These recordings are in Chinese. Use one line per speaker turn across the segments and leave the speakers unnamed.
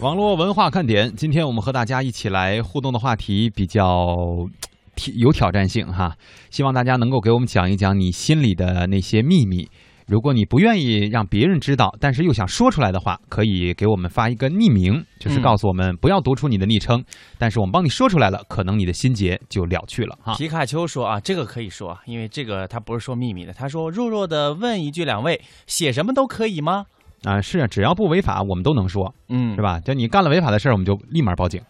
网络文化看点，今天我们和大家一起来互动的话题比较挑有挑战性哈，希望大家能够给我们讲一讲你心里的那些秘密。如果你不愿意让别人知道，但是又想说出来的话，可以给我们发一个匿名，就是
嗯
告诉我们不要读出你的昵称，但是我们帮你说出来了，可能你的心结就了去了哈。
皮卡丘说啊，这个可以说，因为这个他不是说秘密的。他说弱弱的问一句，两位写什么都可以吗？
啊、是啊，只要不违法，我们都能说，
嗯，
是？吧？就你干了违法的事儿，我们就立马报警。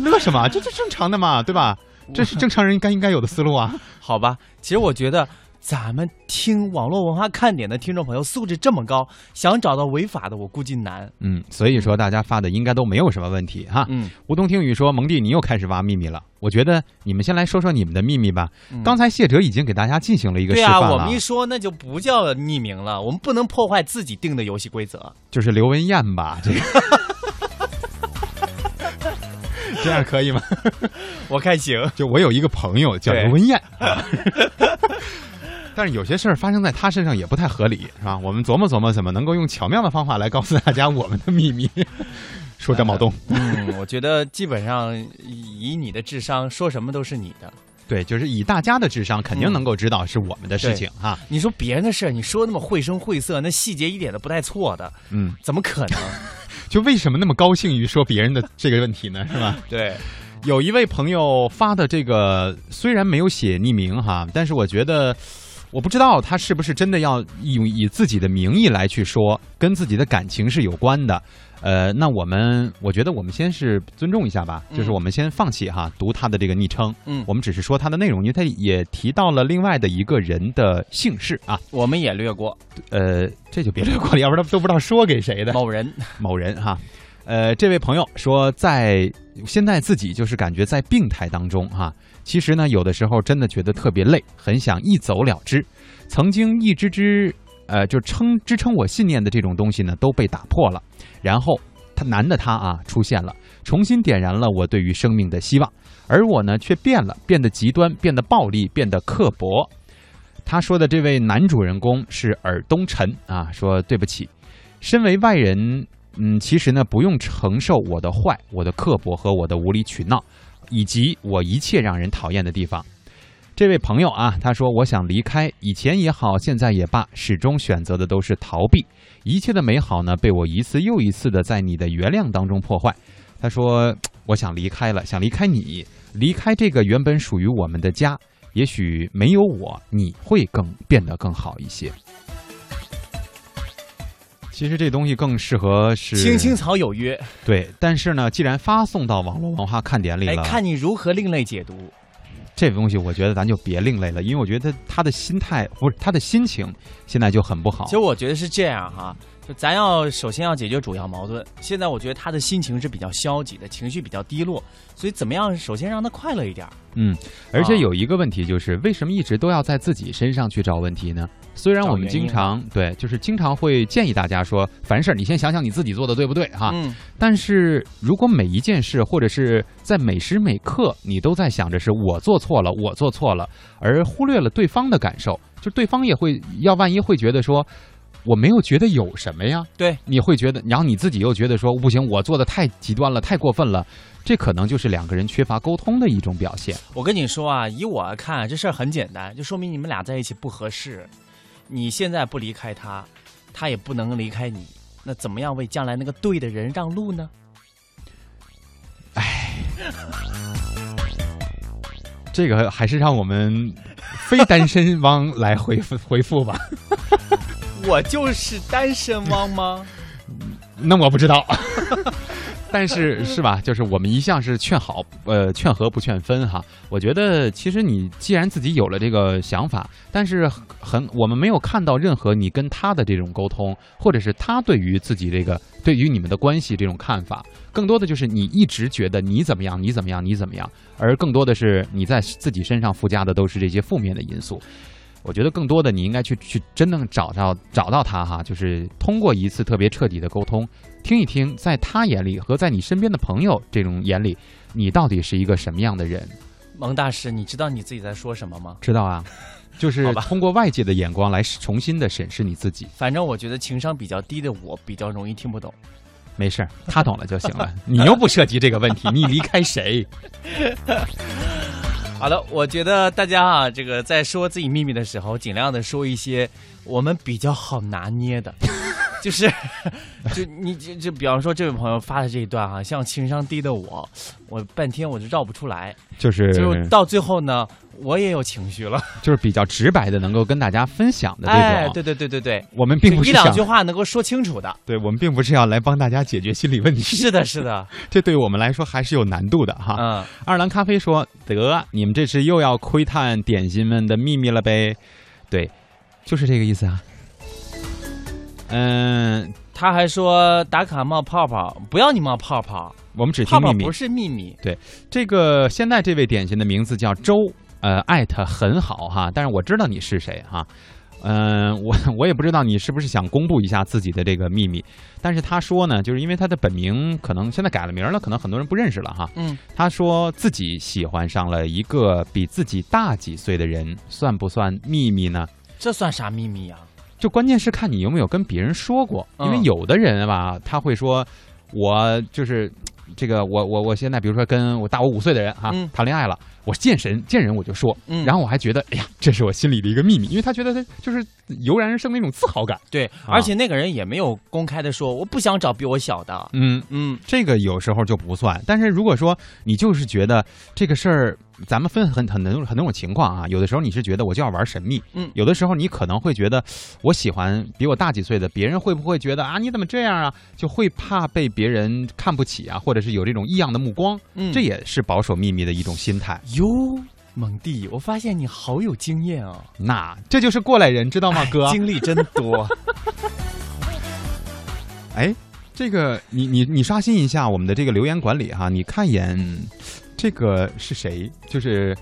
乐什么？这这正常的嘛，对吧？ 这是正常人该应该有的思路啊。
嗯 好吧，其实我觉得咱们听网络文化看点的听众朋友素质这么高，想找到违法的，我估计难。
嗯，所以说大家发的应该都没有什么问题哈。
嗯，
梧桐听雨说，蒙蒂你又开始挖秘密了。我觉得你们先来说说你们的秘密吧。
嗯
刚才谢哲已经给大家进行了一个
对
示范
啊，
了，
我们一说那就不叫匿名了，我们不能破坏自己定的游戏规则。
就是刘文艳吧， 这个。这样可以吗？
我看行，
就我有一个朋友叫
对
刘文艳， 但是有些事儿发生在他身上也不太合理，是吧？我们琢磨琢磨，怎么能够用巧妙的方法来告诉大家我们的秘密。 说张茂东，
嗯，我觉得基本上以你的智商说什么都是你的。
对，就是以大家的智商，肯定能够知道是我们的事
嗯
情哈。
你说别人的事儿，你说那么绘声绘色，那细节一点都不带错的，
嗯，
怎么可能？
就为什么那么高兴于说别人的这个问题呢？ 是吧？
对，
有一位朋友发的这个虽然没有写匿名哈，但是我觉得。我不知道他是不是真的要用以自己的名义来去说，跟自己的感情是有关的。呃，那我们我觉得我们先是尊重一下吧，
嗯
就是我们先放弃哈读他的这个昵称，
嗯
我们只是说他的内容，因为他也提到了另外的一个人的姓氏啊，
我们也略过
呃，这就别略过了，要不然都不知道说给谁的。
某人，
某人哈。呃，这位朋友说在，现在自己就是感觉在病态当中哈、其实呢，有的时候真的觉得特别累，很想一走了之。曾经一支支呃，就撑支撑我信念的这种东西呢，都被打破了。然后他男的他啊出现了，重新点燃了我对于生命的希望。而我呢，却变了，变得极端，变得暴力，变得刻薄。他说的这位男主人公是尔东辰啊，说对不起，身为外人嗯，其实呢，不用承受我的坏、我的刻薄和我的无理取闹，以及我一切让人讨厌的地方。这位朋友啊，他说：“我想离开，以前也好，现在也罢，始终选择的都是逃避。一切的美好呢，被我一次又一次的在你的原谅当中破坏。”他说：“我想离开了，想离开你，离开这个原本属于我们的家。也许没有我，你会更变得更好一些。”其实这东西更适合是
青青草有约，
对，但是呢，既然发送到网络文化看点里
来
了，
哎看你如何另类解读。
这东西我觉得咱就别另类了，因为我觉得他他的心态不是他的心情现在就很不好
其。实我觉得是这样哈、就咱要首先要解决主要矛盾。现在我觉得他的心情是比较消极的，情绪比较低落，所以怎么样，首先让他快乐一点儿。
嗯，而
啊
且有一个问题就是，为什么一直都要在自己身上去找问题呢？虽然我们
找原
经
因啊
常对，就是经常会建议大家说，凡事你先想想你自己做的对不对哈。
嗯，
但是如果每一件事，或者是在每时每刻，你都在想着是我做错了，我做错了，而忽略了对方的感受，就对方也会要万一会觉得说。我没有觉得有什么呀，
对，
你会觉得，然后你自己又觉得说不行，我做的太极端了，太过分了，这可能就是两个人缺乏沟通的一种表现。
我跟你说啊，以我看这事儿很简单，就说明你们俩在一起不合适。你现在不离开他，他也不能离开你。那怎么样为将来那个对的人让路呢？
这个还是让我们非单身汪来回 复回复吧。
我就是单身汪吗？
那我不知道， 但是是吧？就是我们一向是劝好，呃，劝和不劝分哈。我觉得其实你既然自己有了这个想法，但是很我们没有看到任何你跟他的这种沟通，或者是他对于自己这个对于你们的关系这种看法，更多的就是你一直觉得你怎么样，你怎么样，你怎么样，而更多的是你在自己身上附加的都是这些负面的因素。我觉得更多的你应该去去真正找到找到他哈，就是通过一次特别彻底的沟通，听一听，在他眼里和在你身边的朋友这种眼里，你到底是一个什么样的人？
蒙大师，你知道你自己在说什么吗？
知道 啊，就是
好吧
通过外界的眼光来重新的审视你自己。
反正我觉得情商比较低的我比较容易听不懂，
没事儿，他懂了就行 了。你又不涉及这个问题，你离开谁？
好了，我觉得大家啊，这个在说自己秘密的时候，尽量的说一些我们比较好拿捏的， 就是就你就就比方说这位朋友发的这一段哈、像情商低的我，我半天我就绕不出来，
就是
就是到最后呢，我也有情绪了。
就是比较直白的，能够跟大家分享的这种。
哎，对对对对对，
我们并
就
不是
一两
想
句，话能够说清楚的。
对我们并不是要来帮大家解决心理问题，
是的，是的，
这对我们来说还是有难度的哈。
嗯，
二郎咖啡说：“得，啊你们这是又要窥探点心们的秘密了呗？”对，就是这个意思啊。嗯，
他还说打卡冒泡泡，不要你冒泡泡，
我们只听
泡
秘
泡
密
不。是秘密。
这个现在这位点心的名字叫周，呃，艾特很好哈，但是我知道你是谁哈。嗯、我 我也不知道你是不是想公布一下自己的这个秘密，但是他说呢，就是因为他的本名可能现在改了名了，可能很多人不认识了哈。
嗯，
他说自己喜欢上了一个比自己大几岁的人，算不算秘密呢？
这算啥秘密啊呀、
就关键是看你有没有跟别人说过，
嗯
因为有的人吧，他会说，我就是这个，我我我现在比如说跟我大我五岁的人啊、
嗯
谈恋爱了，我见谁见人我就说，
嗯，
然
后
后我还觉得，哎呀，这是我心里的一个秘密，因为他觉得他就是油然而生的一种自豪感。
对，而且那个人也没有公开的说我不想找比我小的。
嗯，
嗯，
这个有时候就不算，但是如果说你就是觉得这个事儿，咱们分很很多很多种情况啊，有的时候你是觉得我就要玩神秘，
嗯
有的时候你可能会觉得我喜欢比我大几岁的，别人会不会觉得啊你怎么这样啊，就会怕被别人看不起啊，或者是有这种异样的目光，
嗯
这也是保守秘密的一种心态。
哟，蒙蒂，我发现你好有经验哦，
那这就是过来人，知道吗，哥？
经 历真 多。
哎，这个你你你刷新一下我们的这个留言管理哈，你看一眼这个是谁？就是。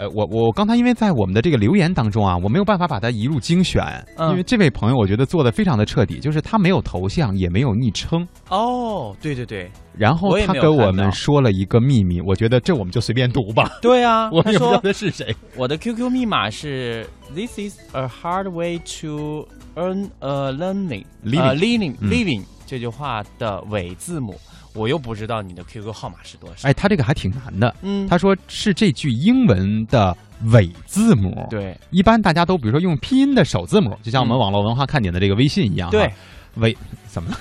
呃，我我刚才因为在我们的这个留言当中啊，我没有办法把它一路精选，
嗯
因为这位朋友我觉得做的非常的彻底，就是他没有头像，也没有昵称，
哦，对对对，
然后
我也
他
没有
给我
看到
们说了一个秘密，我觉得这我们就随便读吧，
对啊，
我们
他
也不知道
说
他是谁。
我的 QQ 密码是 This is a hard way to earn a learning 呃 living
嗯
living 这句话的尾字母，我又不知道你的 QQ 号码是多少。
哎，他这个还挺难的，
嗯，
他说是这句英文的尾字母，，
对
一般大家都比如说用拼音的首字母，就像我们网络文化看点的这个微信一样，
嗯对，，
尾怎么了？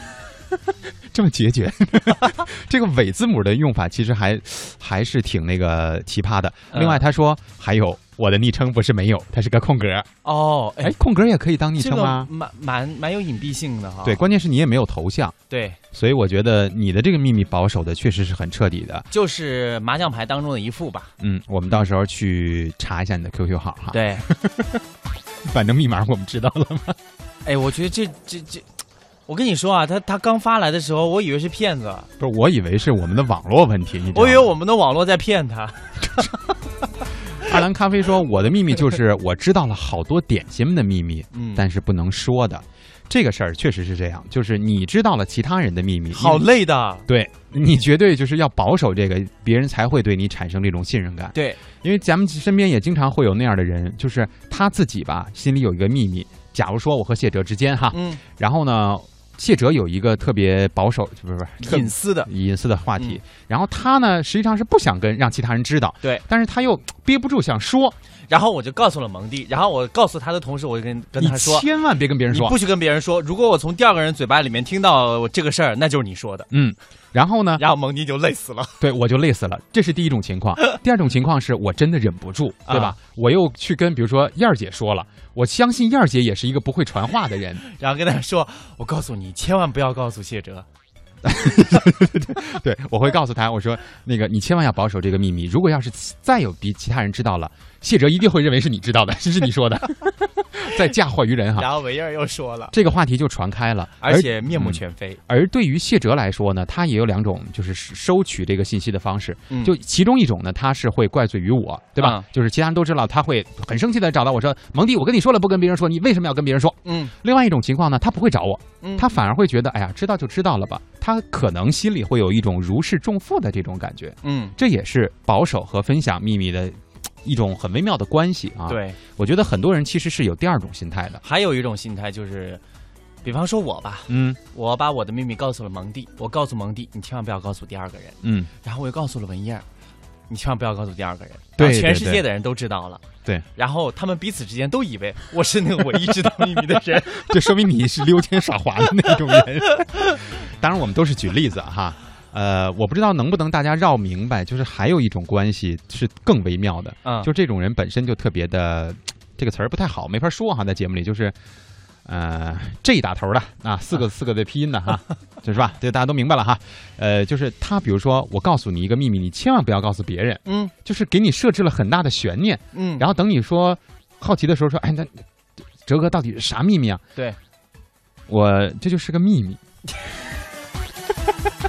这么决 绝？这个尾字母的用法其实还还是挺那个奇葩的。
嗯
另外，他说还有我的昵称不是没有，它是个空格。
哦，哎
哎，，空格也可以当昵
这啊
称
个
吗？
蛮蛮蛮有隐蔽性的哈。
对，关键是你也没有头像，
对，
所以我觉得你的这个秘密保守的确实是很彻底的。
就是麻将牌当中的一副吧。
嗯，我们到时候去查一下你的 QQ 号哈。，
对，
反正密码我们知 道了。
哎，我觉得这这这，我跟你说啊，他他刚发来的时候，我以为是骗子，
不是，我以为是我们的网络问题，你知道吗
我以为我们的网络在骗他。
二郎咖啡说：“我的秘密就是我知道了好多点心们的秘密，
嗯，
但是不能说的。这个事儿确实是这样，就是你知道了其他人的秘密，
好
你
累的。
对你绝对就是要保守这个，别人才会对你产生这种信任感。
对，
因为咱们身边也经常会有那样的人，就是他自己吧，心里有一个秘密。假如说我和谢哲之间哈，
嗯，
然后呢，谢哲有一个特别保守，不是不是特
隐私的，嗯
隐私的话题，然后他呢实际上是不想跟让其他人知道，
对，
但是他又憋不住想说，
然后我就告诉了蒙蒂，然后我告诉他的同时，我就跟跟
你
他说，
千万别跟别人
你
说。
不许跟别人说。如果我从第二个人嘴巴里面听到我这个事儿，那就是你说的。
嗯，然后呢，
然后蒙蒂就累死了。
对我就累死了，这是第一种情况。第二种情况是我真的忍不住，对吧？
啊
我又去跟比如说燕儿姐说了，我相信燕儿姐也是一个不会传话的人，
然后跟他说：“我告诉你，千万不要告诉谢哲。
对我会告诉她，我说那个你千万要保守这个秘密，如果要是其再有比其他人知道了，谢哲一定会认为是你知道的， 这是你说的， 在嫁祸于人”哈。
然后维尔又说了，
这个话题就传开了，
而且面
嗯
目全非。
而对于谢哲来说呢，他也有两种就是收取这个信息的方式，
嗯
就其中一种呢，他是会怪罪于我，对吧？
嗯
就是其他人都知道，他会很生气的找到我说：“蒙蒂，我跟你说了，不跟别人说，你为什么要跟别人说
嗯，？”
另外一种情况呢，他不会找我，
嗯
他反而会觉得：“哎呀，知道就知道了吧。”他可能心里会有一种如释重负的这种感觉，
嗯，
这也是保守和分享秘密的嘖一种很微妙的关系啊。，
对，
我觉得很多人其实是有第二种心态的。
还有一种心态就是。比方说我吧，
嗯
我把我的秘密告诉了蒙蒂，我告诉蒙蒂，你千万不要告诉第二个人。
嗯，
然后我又告诉了文燕儿，你千万不要告诉第二个人，
对
然啊后全世
对
界的人都知道了。
对，
然后他们彼此之间都以为我是那个唯一知道秘密的 人。
这说明你是溜肩耍滑的那种人。 当然，我们都是举例子啊哈。呃，我不知道能不能大家绕明白，就是还有一种关系是更微妙的，
嗯，
就这种人本身就特别的，这个词儿不太好，没法说哈，在节目里就是，呃，G 打头的啊，四个四个的拼音的哈，就是吧？这大家都明白了哈。呃，就是他，比如说我告诉你一个秘密，你千万不要告诉别人，
嗯
就是给你设置了很大的悬念，
嗯，
然后等你说好奇的时候说，哎，那哲哥到底是啥秘密啊？
对
我这就是个秘密，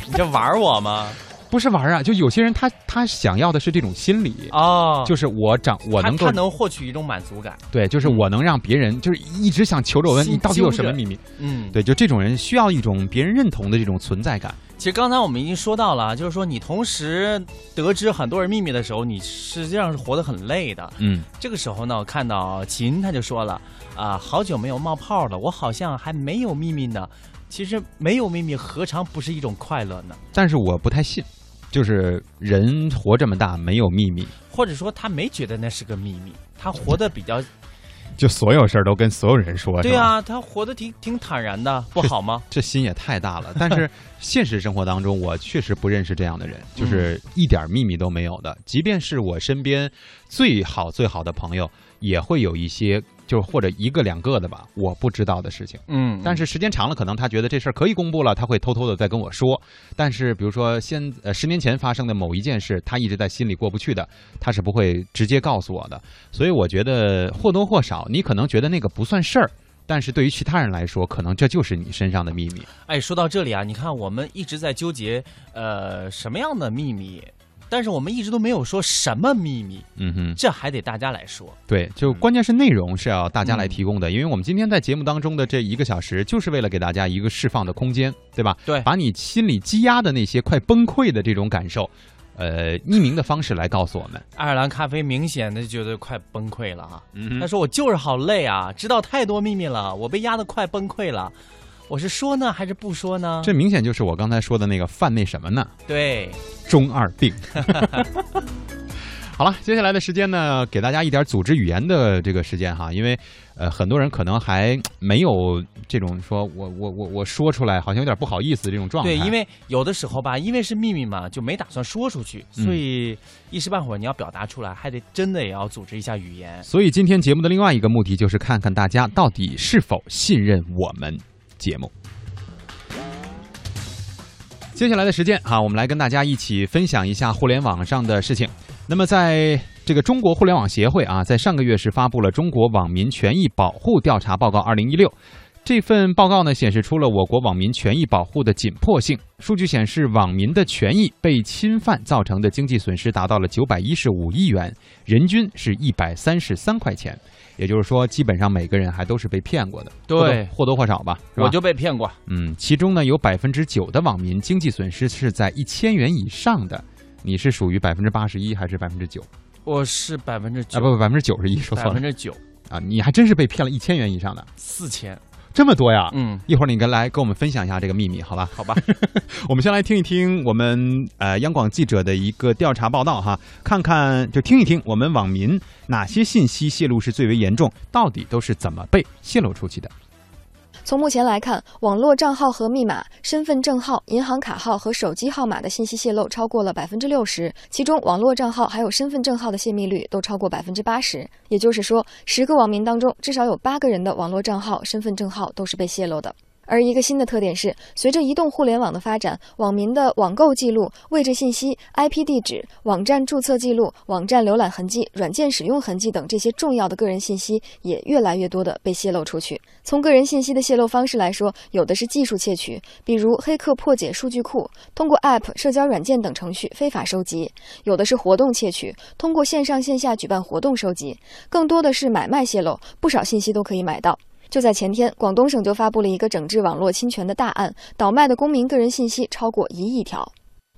你这玩儿我吗？
不是玩儿啊。就有些人他他想要的是这种心理，
哦，
就是我掌我
他
能够
他能获取一种满足感。
对，就是我能让别人就是一直想求着我问
心
你到底有什
揪
么
着
秘密。
嗯，
对，就这种人需要一种别人认同的这种存在感。
其实刚才我们已经说到了啊，就是说你同时得知很多人秘密的时候，你实际上是活得很累的。
嗯，
这个时候呢，我看到秦他就说了啊，好久没有冒泡了，我好像还没有秘密呢。其实没有秘密，何尝不是一种快乐呢？
但是我不太信，就是人活这么大没有秘密，
或者说他没觉得那是个秘密，他活得比较
就所有事儿都跟所有人说
对，啊，他活得挺挺坦然的，不好吗？
这心也太大了。但是现实生活当中，我确实不认识这样的人，就是一点秘密都没有的。即便是我身边最好最好的朋友，也会有一些。就是或者一个两个的吧，我不知道的事情。
嗯
但是时间长了，可能他觉得这事儿可以公布了，他会偷偷的再跟我说。但是比如说先呃十年前发生的某一件事，他一直在心里过不去的，他是不会直接告诉我的。所以我觉得或多或少，你可能觉得那个不算事儿。但是对于其他人来说，可能这就是你身上的秘密。
哎，说到这里啊，你看我们一直在纠结呃什么样的秘密，但是我们一直都没有说什么秘密，
嗯哼，
这还得大家来说。
对，就
嗯
关键是内容是要大家来提供的，因为我们今天在节目当中的这一个小时，就是为了给大家一个释放的空间，对吧？
对
把你心里积压的那些快崩溃的这种感受，呃，匿名的方式来告诉我们。
爱尔兰咖啡明显的觉得快崩溃了啊。
嗯
他说：“我就是好累啊，知道太多秘密了，我被压得快崩溃了。我是说呢，还是不说呢？
这明显就是我刚才说的那个犯那什么呢？
对，
中二 病。好了，接下来的时间呢，给大家一点组织语言的这个时间哈，因为呃，很多人可能还没有这种说我我我我说出来好像有点不好意思这种状态。
对，因为有的时候吧，因为是秘密嘛，就没打算说出去，
嗯
所以一时半会儿你要表达出来，还得真的也要组织一下语言。
所以今天节目的另外一个目的就是看看大家到底是否信任我们节目。接下来的时间啊，我们来跟大家一起分享一下互联网上的事情。那么，在这个中国互联网协会啊，在上个月是发布了《中国网民权益保护调查报告二零一六》。这份报告呢，显示出了我国网民权益保护的紧迫性。数据显示，网民的权益被侵犯造成的经济损失达到了九百一十五亿元，人均是一百三十三块钱。也就是说，基本上每个人还都是被骗过的，
对
或多或少吧，是吧？
我就被骗过，
嗯，其中呢有百分之九的网民经济损失是在一千元以上的，你是属于百分之八十一还是百分之九？
我是百分之
啊，
九，
不不，百分之九十一，说
百
错
分
了
之九
啊！你还真是被骗了一千元以上的，
四千，
这么多呀！
嗯，
一会儿你跟来跟我们分享一下这个秘密，好吧？
好吧，
我们先来听一听我们呃央广记者的一个调查报道哈，看看就听一听我们网民哪些信息泄露是最为严重，到底都是怎么被泄露出去的。
从目前来看，网络账号和密码、身份证号、银行卡号和手机号码的信息泄露超过了百分之六十，其中网络账号还有身份证号的泄密率都超过百分之八十。也就是说，十个网民当中，至少有八个人的网络账号、身份证号都是被泄露的。而一个新的特点是，随着移动互联网的发展，网民的网购记录、位置信息、IP 地址、网站注册记录、网站浏览痕迹、软件使用痕迹等这些重要的个人信息也越来越多的被泄露出去。从个人信息的泄露方式来说，有的是技术窃取，比如黑客破解数据库，通过 App、社交软件等程序非法收集；有的是活动窃取，通过线上线下举办活动收集；更多的是买卖泄露，不少信息都可以买到。就在前天，广东省就发布了一个整治网络侵权的大案，倒卖的公民个人信息超过一亿条。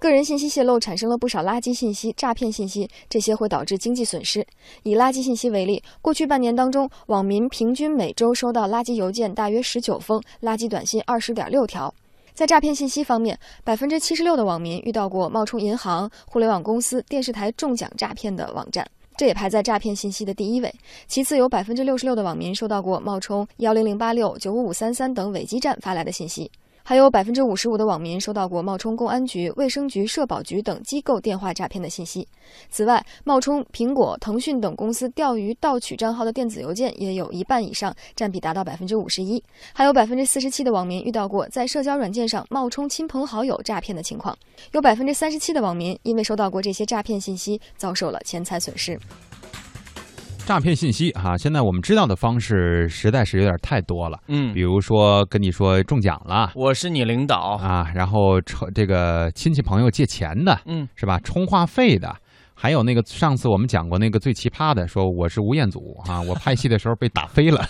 个人信息泄露产生了不少垃圾信息、诈骗信息，这些会导致经济损失。以垃圾信息为例，过去半年当中，网民平均每周收到垃圾邮件大约十九封，垃圾短信二十点六条。在诈骗信息方面，百分之七十六的网民遇到过冒充银行、互联网公司、电视台中奖诈骗的网站。这也排在诈骗信息的第一位，其次有百分之六十六的网民收到过冒充幺零零八六、九五五三三等伪基站发来的信息，还有百分之五十五的网民收到过冒充公安局、卫生局、社保局等机构电话诈骗的信息。此外，冒充苹果、腾讯等公司钓鱼盗取账号的电子邮件也有一半以上，占比达到百分之五十一。还有百分之四十七的网民遇到过在社交软件上冒充亲朋好友诈骗的情况，有百分之三十七的网民因为收到过这些诈骗信息，遭受了钱财损失。
诈骗信息哈、现在我们知道的方式实在是有点太多了，
嗯
比，如说跟你说中奖了
我是你领导，
啊，然后抽这个亲戚朋友借钱的，
嗯，
是吧？充话费的，还有那个上次我们讲过那个最奇葩的，说我是吴彦祖啊，我拍戏的时候被打飞
哎
了，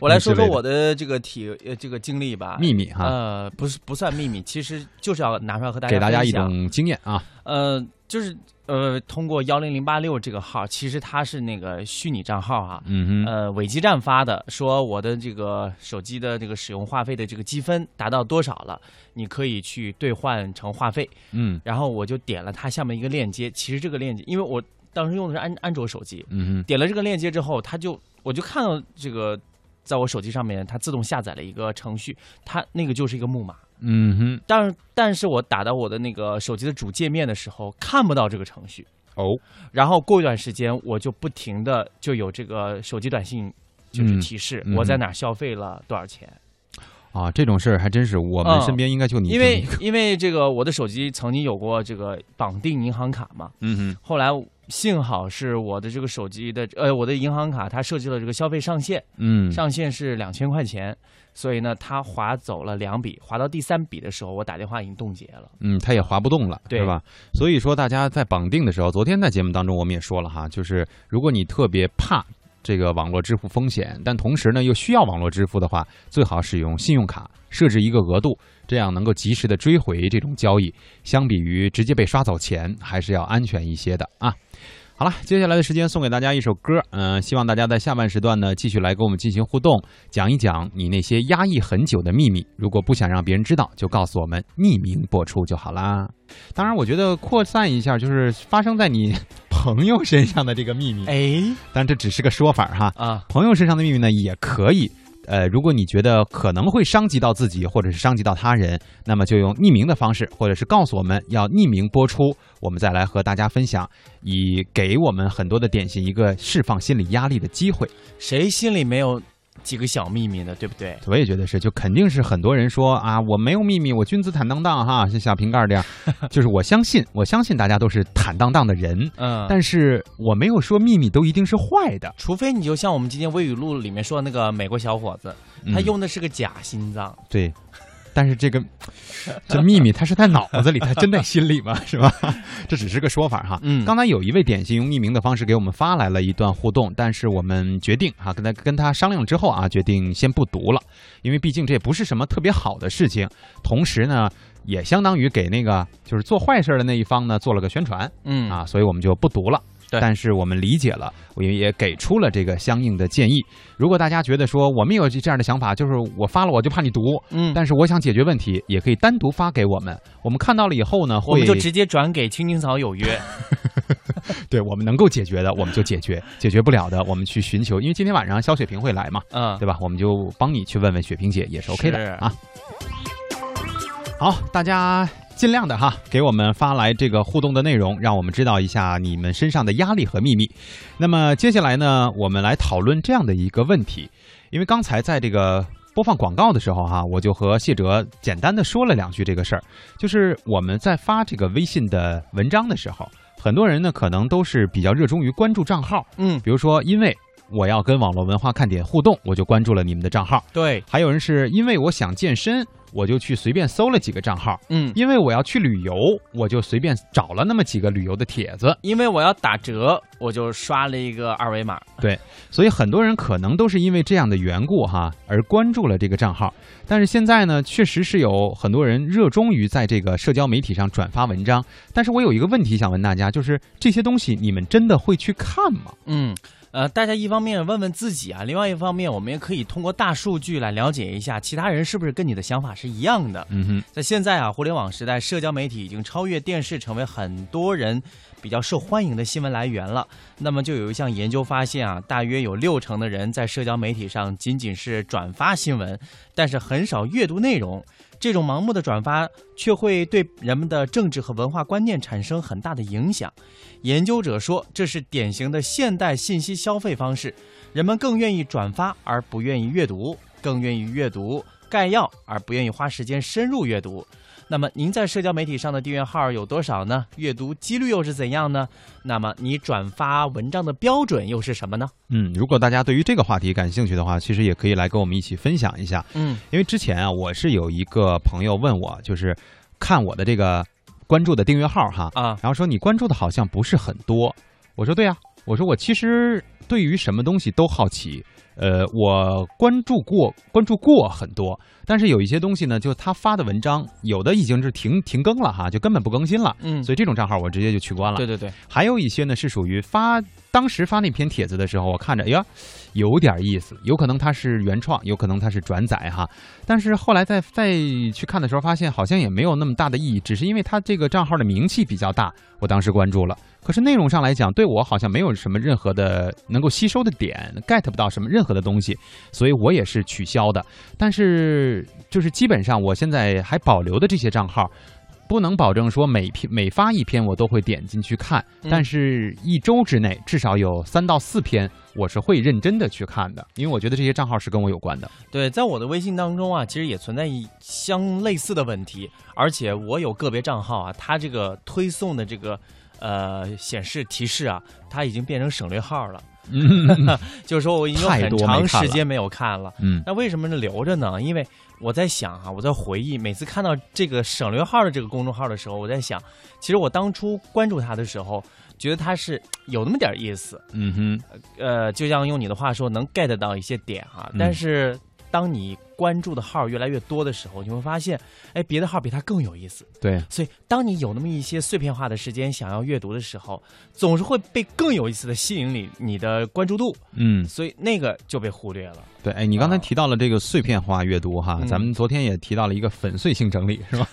我来说
之类
说
的
我的这个体呃这个经历吧。
秘密哈、
呃，不是不算秘密，其实就是要拿出来和大家
给大家一
呃分享
种经验啊，
呃，就是呃，通过幺零零八六这个号，其实它是那个虚拟账号啊，
嗯哼，
呃，伪基站发的，说我的这个手机的这个使用话费的这个积分达到多少了，你可以去兑换成话费。
嗯
然后我就点了它下面一个链接，其实这个链接，因为我当时用的是安安卓手机，
嗯
点了这个链接之后，它就我就看到这个。在我手机上面，它自动下载了一个程序，它那个就是一个木马。
哼，嗯哼，
但但是我打到我的那个手机的主界面的时候，看不到这个程序。
哦，
然后过一段时间，我就不停的就有这个手机短信，就是
嗯
提示
嗯
我在哪儿消费了多少钱。
啊，这种事儿还真是我们
嗯
身边应该就你
因
这么一
为
个，
因为这个我的手机曾经有过这个绑定银行卡嘛，
嗯哼，
后来幸好是我的这个手机的呃我的银行卡它设置了这个消费上限，
嗯，
上限是两千块钱，所以呢它划走了两笔，划到第三笔的时候，我打电话已经冻结了。
嗯，它也滑不动了，
对
是吧？所以说，大家在绑定的时候，昨天在节目当中我们也说了哈，就是如果你特别怕这个网络支付风险，但同时呢又需要网络支付的话，最好使用信用卡，设置一个额度，这样能够及时的追回这种交易，相比于直接被刷走钱，还是要安全一些的啊。好了，接下来的时间送给大家一首歌，嗯、希望大家在下半时段呢继续来跟我们进行互动，讲一讲你那些压抑很久的秘密。如果不想让别人知道，就告诉我们，匿名播出就好啦。当然，我觉得扩散一下，就是发生在你 朋友身上的这个秘密，
哎
但这只是个说法儿哈。
啊，
朋友身上的秘密呢，也可以。呃，如果你觉得可能会伤及到自己，或者是伤及到他人，那么就用匿名的方式，或者是告诉我们要匿名播出，我们再来和大家分享，以给我们很多的点心一个释放心理压力的机会。
谁心里没有几个小秘密呢？对不对？
我也觉得是，就肯定是很多人说啊，我没有秘密，我君子坦荡荡哈，像小瓶盖这样，就是我相信，我相信大家都是坦荡荡的人，
嗯，
但是我没有说秘密都一定是坏的，
除非你就像我们今天微语录里面说的那个美国小伙子，他
嗯
用的是个假心脏，
对，但是这个这秘密它是在脑子里，它真在心里嘛， 是吧？这只是个说法哈。
嗯
刚才有一位点心用匿名的方式给我们发来了一段互动，但是我们决定哈、跟他跟他商量之后啊，决定先不读了，因为毕竟这也不是什么特别好的事情。同时呢，也相当于给那个就是做坏事的那一方呢做了个宣传
嗯
啊，所以我们就不读了。
对
但是我们理解了，我也也给出了这个相应的建议。如果大家觉得说我们有这样的想法，就是我发了我就怕你读，
嗯，
但是我想解决问题，也可以单独发给我们。我们看到了以后呢，会
我们就直接转给青青草有 约，
对我们能够解决的，我们就解决；解决不了的，我们去寻求。因为今天晚上肖雪萍会来嘛，
嗯，
对吧？我们就帮你去问问雪萍姐，也是 OK
是
的啊。好，大家尽量的哈，给我们发来这个互动的内容，让我们知道一下你们身上的压力和秘密。那么接下来呢，我们来讨论这样的一个问题，因为刚才在这个。播放广告的时候哈、我就和谢哲简单的说了两句这个事儿，就是我们在发这个微信的文章的时候，很多人呢可能都是比较热衷于关注账号，
嗯
比如说因为我要跟网络文化看点互动，我就关注了你们的账号。
对，
还有人是因为我想健身，我就去随便搜了几个账号；
嗯，
因为我要去旅游，我就随便找了那么几个旅游的帖子。
因为我要打折，我就刷了一个二维码。
所以很多人可能都是因为这样的缘故哈，而关注了这个账号。但是现在呢，确实是有很多人热衷于在这个社交媒体上转发文章。但是我有一个问题想问大家，就是这些东西你们真的会去看吗？
嗯，呃，大家一方面问问自己啊，另外一方面，我们也可以通过大数据来了解一下其他人是不是跟你的想法是一样的。
嗯哼，
在现在啊，互联网时代，社交媒体已经超越电视，成为很多人比较受欢迎的新闻来源了。那么，就有一项研究发现啊，大约有六成的人在社交媒体上仅仅是转发新闻，但是很少阅读内容。这种盲目的转发却会对人们的政治和文化观念产生很大的影响。研究者说，这是典型的现代信息消费方式，人们更愿意转发而不愿意阅读，更愿意阅读概要而不愿意花时间深入阅读。那么您在社交媒体上的订阅号有多少呢？阅读几率又是怎样呢？那么你转发文章的标准又是什么呢？
嗯，如果大家对于这个话题感兴趣的话，其实也可以来跟我们一起分享一下。
嗯
因为之前啊，我是有一个朋友问我，就是看我的这个关注的订阅号哈，
啊，
然后说你关注的好像不是很多。我说对呀、我说我其实对于什么东西都好奇。呃，我关注过，关注过很多，但是有一些东西呢，就他发的文章，有的已经是停停更了哈，就根本不更新了，
嗯，
所以这种账号我直接就取关了
对。对对，
还有一些呢是属于发当时发那篇帖子的时候，我看着，哎呀，有点意思，有可能它是原创，有可能它是转载哈。但是后来再再去看的时候，发现好像也没有那么大的意义，只是因为它这个账号的名气比较大，我当时关注了。可是内容上来讲，对我好像没有什么任何的能够吸收的点，get 不到什么任何的东西，所以我也是取消的。但是就是基本上我现在还保留的这些账号。不能保证说每篇每发一篇我都会点进去看，
嗯
但是一周之内至少有三到四篇我是会认真的去看的，因为我觉得这些账号是跟我有 关的。
对，在我的微信当中啊，其实也存在一相类似的问题，而且我有个别账号啊，它这个推送的这个呃显示提示啊，它已经变成省略号了，
嗯
就是说我已经有
太
很
多没
长
看
时
了
间没有看了。
嗯
那为什么留着呢？因为我在想啊，我在回忆，每次看到这个省略号的这个公众号的时候，我在想，其实我当初关注他的时候，觉得他是有那么点意思，
嗯哼，
呃，就像用你的话说，能 get 到一些点啊
嗯。
但是当你关注的号越来越多的时候，你会发现，哎，别的号比他更有意思。
对，
所以，当你有那么一些碎片化的时间想要阅读的时候，总是会被更有意思的吸引你你的关注度，
嗯
所以那个就被忽略了。
对。哎，你刚才
啊
提到了这个碎片化阅读哈，
嗯
咱们昨天也提到了一个粉碎性整理 是吧？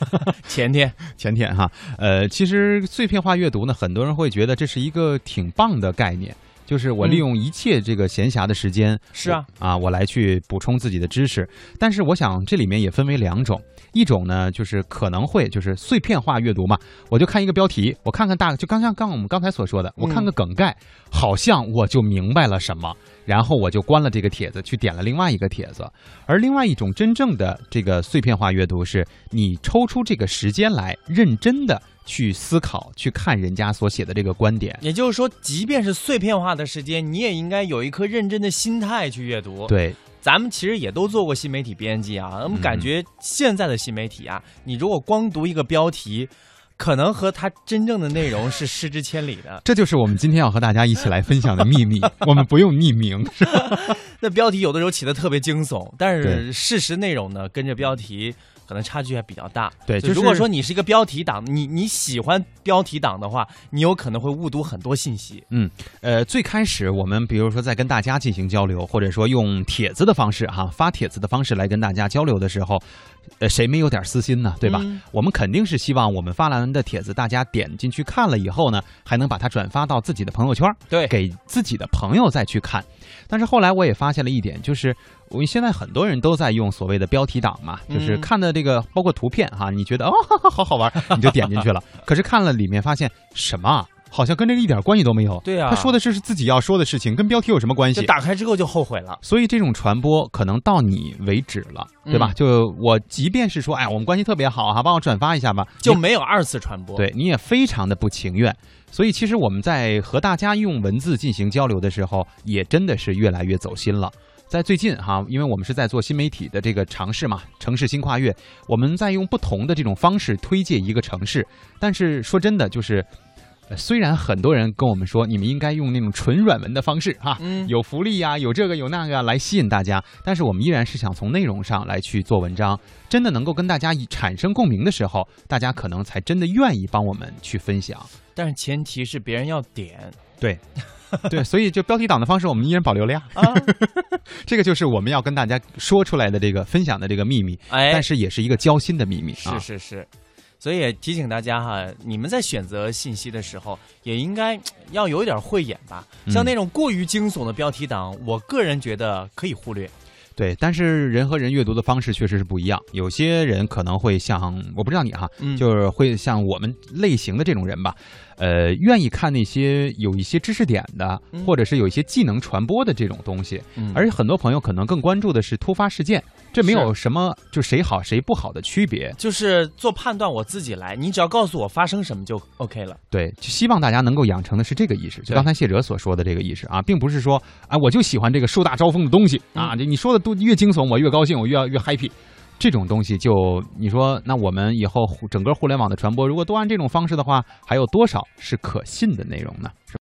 前天，
前天哈，呃，其实碎片化阅读呢，很多人会觉得这是一个挺棒的概念，就是我利用一切这个闲暇的时间，
是啊
我，啊，我来去补充自己的知识。但是我想这里面也分为两种，一种呢就是可能会就是碎片化阅读嘛，我就看一个标题，我看看大，就刚像刚我们刚才所说的，我看
嗯
个梗概，好像我就明白了什么。然后我就关了这个帖子，去点了另外一个帖子。而另外一种真正的这个碎片化阅读是，你抽出这个时间来，认真的去思考，去看人家所写的这个观点。
也就是说，即便是碎片化的时间，你也应该有一颗认真的心态去阅读。，
对，
咱们其实也都做过新媒体编辑啊，我们
嗯。
感觉现在的新媒体啊，你如果光读一个标题，可能和它真正的内容是失之千里的
这就是我们今天要和大家一起来分享的秘密。我们不用匿名，是
那标题有的时候起的特别惊悚，但
对
是事实内容呢，跟着标题可能差距还比较大。
对就是
如果说你是一个标题党，你你喜欢标题党的话，你有可能会误读很多信息。
呃，最开始我们比如说在跟大家进行交流，或者说用帖子的方式哈、发帖子的方式来跟大家交流的时候，呃，谁没有点私心呢？对吧？
嗯
我们肯定是希望我们发来的帖子，大家点进去看了以后呢，还能把它转发到自己的朋友圈，
对
给自己的朋友再去看。但是后来我也发现了一点，就是我们现在很多人都在用所谓的标题党嘛，就是
嗯
看的这个 包括图片哈、你觉得哦好好玩，你就点进去了。可是看了里面发现什么啊好像跟这个一点关系都没有。
对啊
他说的是是自己要说的事情，跟标题有什么关
就
系？
打开之后就后悔了。
所以这种传播可能到你为止了，对吧？
嗯
就我即便是说，哎，我们关系特别好哈、帮我转发一下吧，
就
你
没有二次传播。
对，你也非常的不情愿。所以其实我们在和大家用文字进行交流的时候，也真的是越来越走心了。在最近哈、因为我们是在做新媒体的这个尝试嘛，城市新跨越，我们在用不同的这种方式推介一个城市。但是说真的，就是、呃虽然很多人跟我们说，你们应该用那种纯软文的方式哈、
嗯
有福利呀、有这个有那个、啊、来吸引大家，但是我们依然是想从内容上来去做文章，真的能够跟大家以产生共鸣的时候，大家可能才真的愿意帮我们去分享。
但是前提是别人要 点
对，对，所以就标题党的方式，我们依然保留了呀。
啊，
这个就是我们要跟大家说出来的这个分享的这个秘密，但
哎，
是也是一个交心的秘密啊。
是是是，所以也提醒大家哈，你们在选择信息的时候，也应该要有一点慧眼吧。
嗯
像那种过于惊悚的标题党，我个人觉得可以忽略。
对，但是人和人阅读的方式确实是不一样。有些人可能会像我不知道你哈，
嗯
就是会像我们类型的这种人吧，呃，愿意看那些有一些知识点的，
嗯
或者是有一些技能传播的这种东西。
嗯
而很多朋友可能更关注的是突发事件，这没有什么就谁好谁不好的区别。
就是做判断，我自己来，你只要告诉我发生什么就 OK 了。
对，就希望大家能够养成的是这个意识，就
对
刚才谢哲所说的这个意识啊，并不是说啊我就喜欢这个树大招风的东西啊，
嗯
这你说的都越惊悚，我越高兴，我越越 happy。这种东西就你说，那我们以后互整个互联网的传播，如果都按这种方式的话，还有多少是可信的内容呢？是吧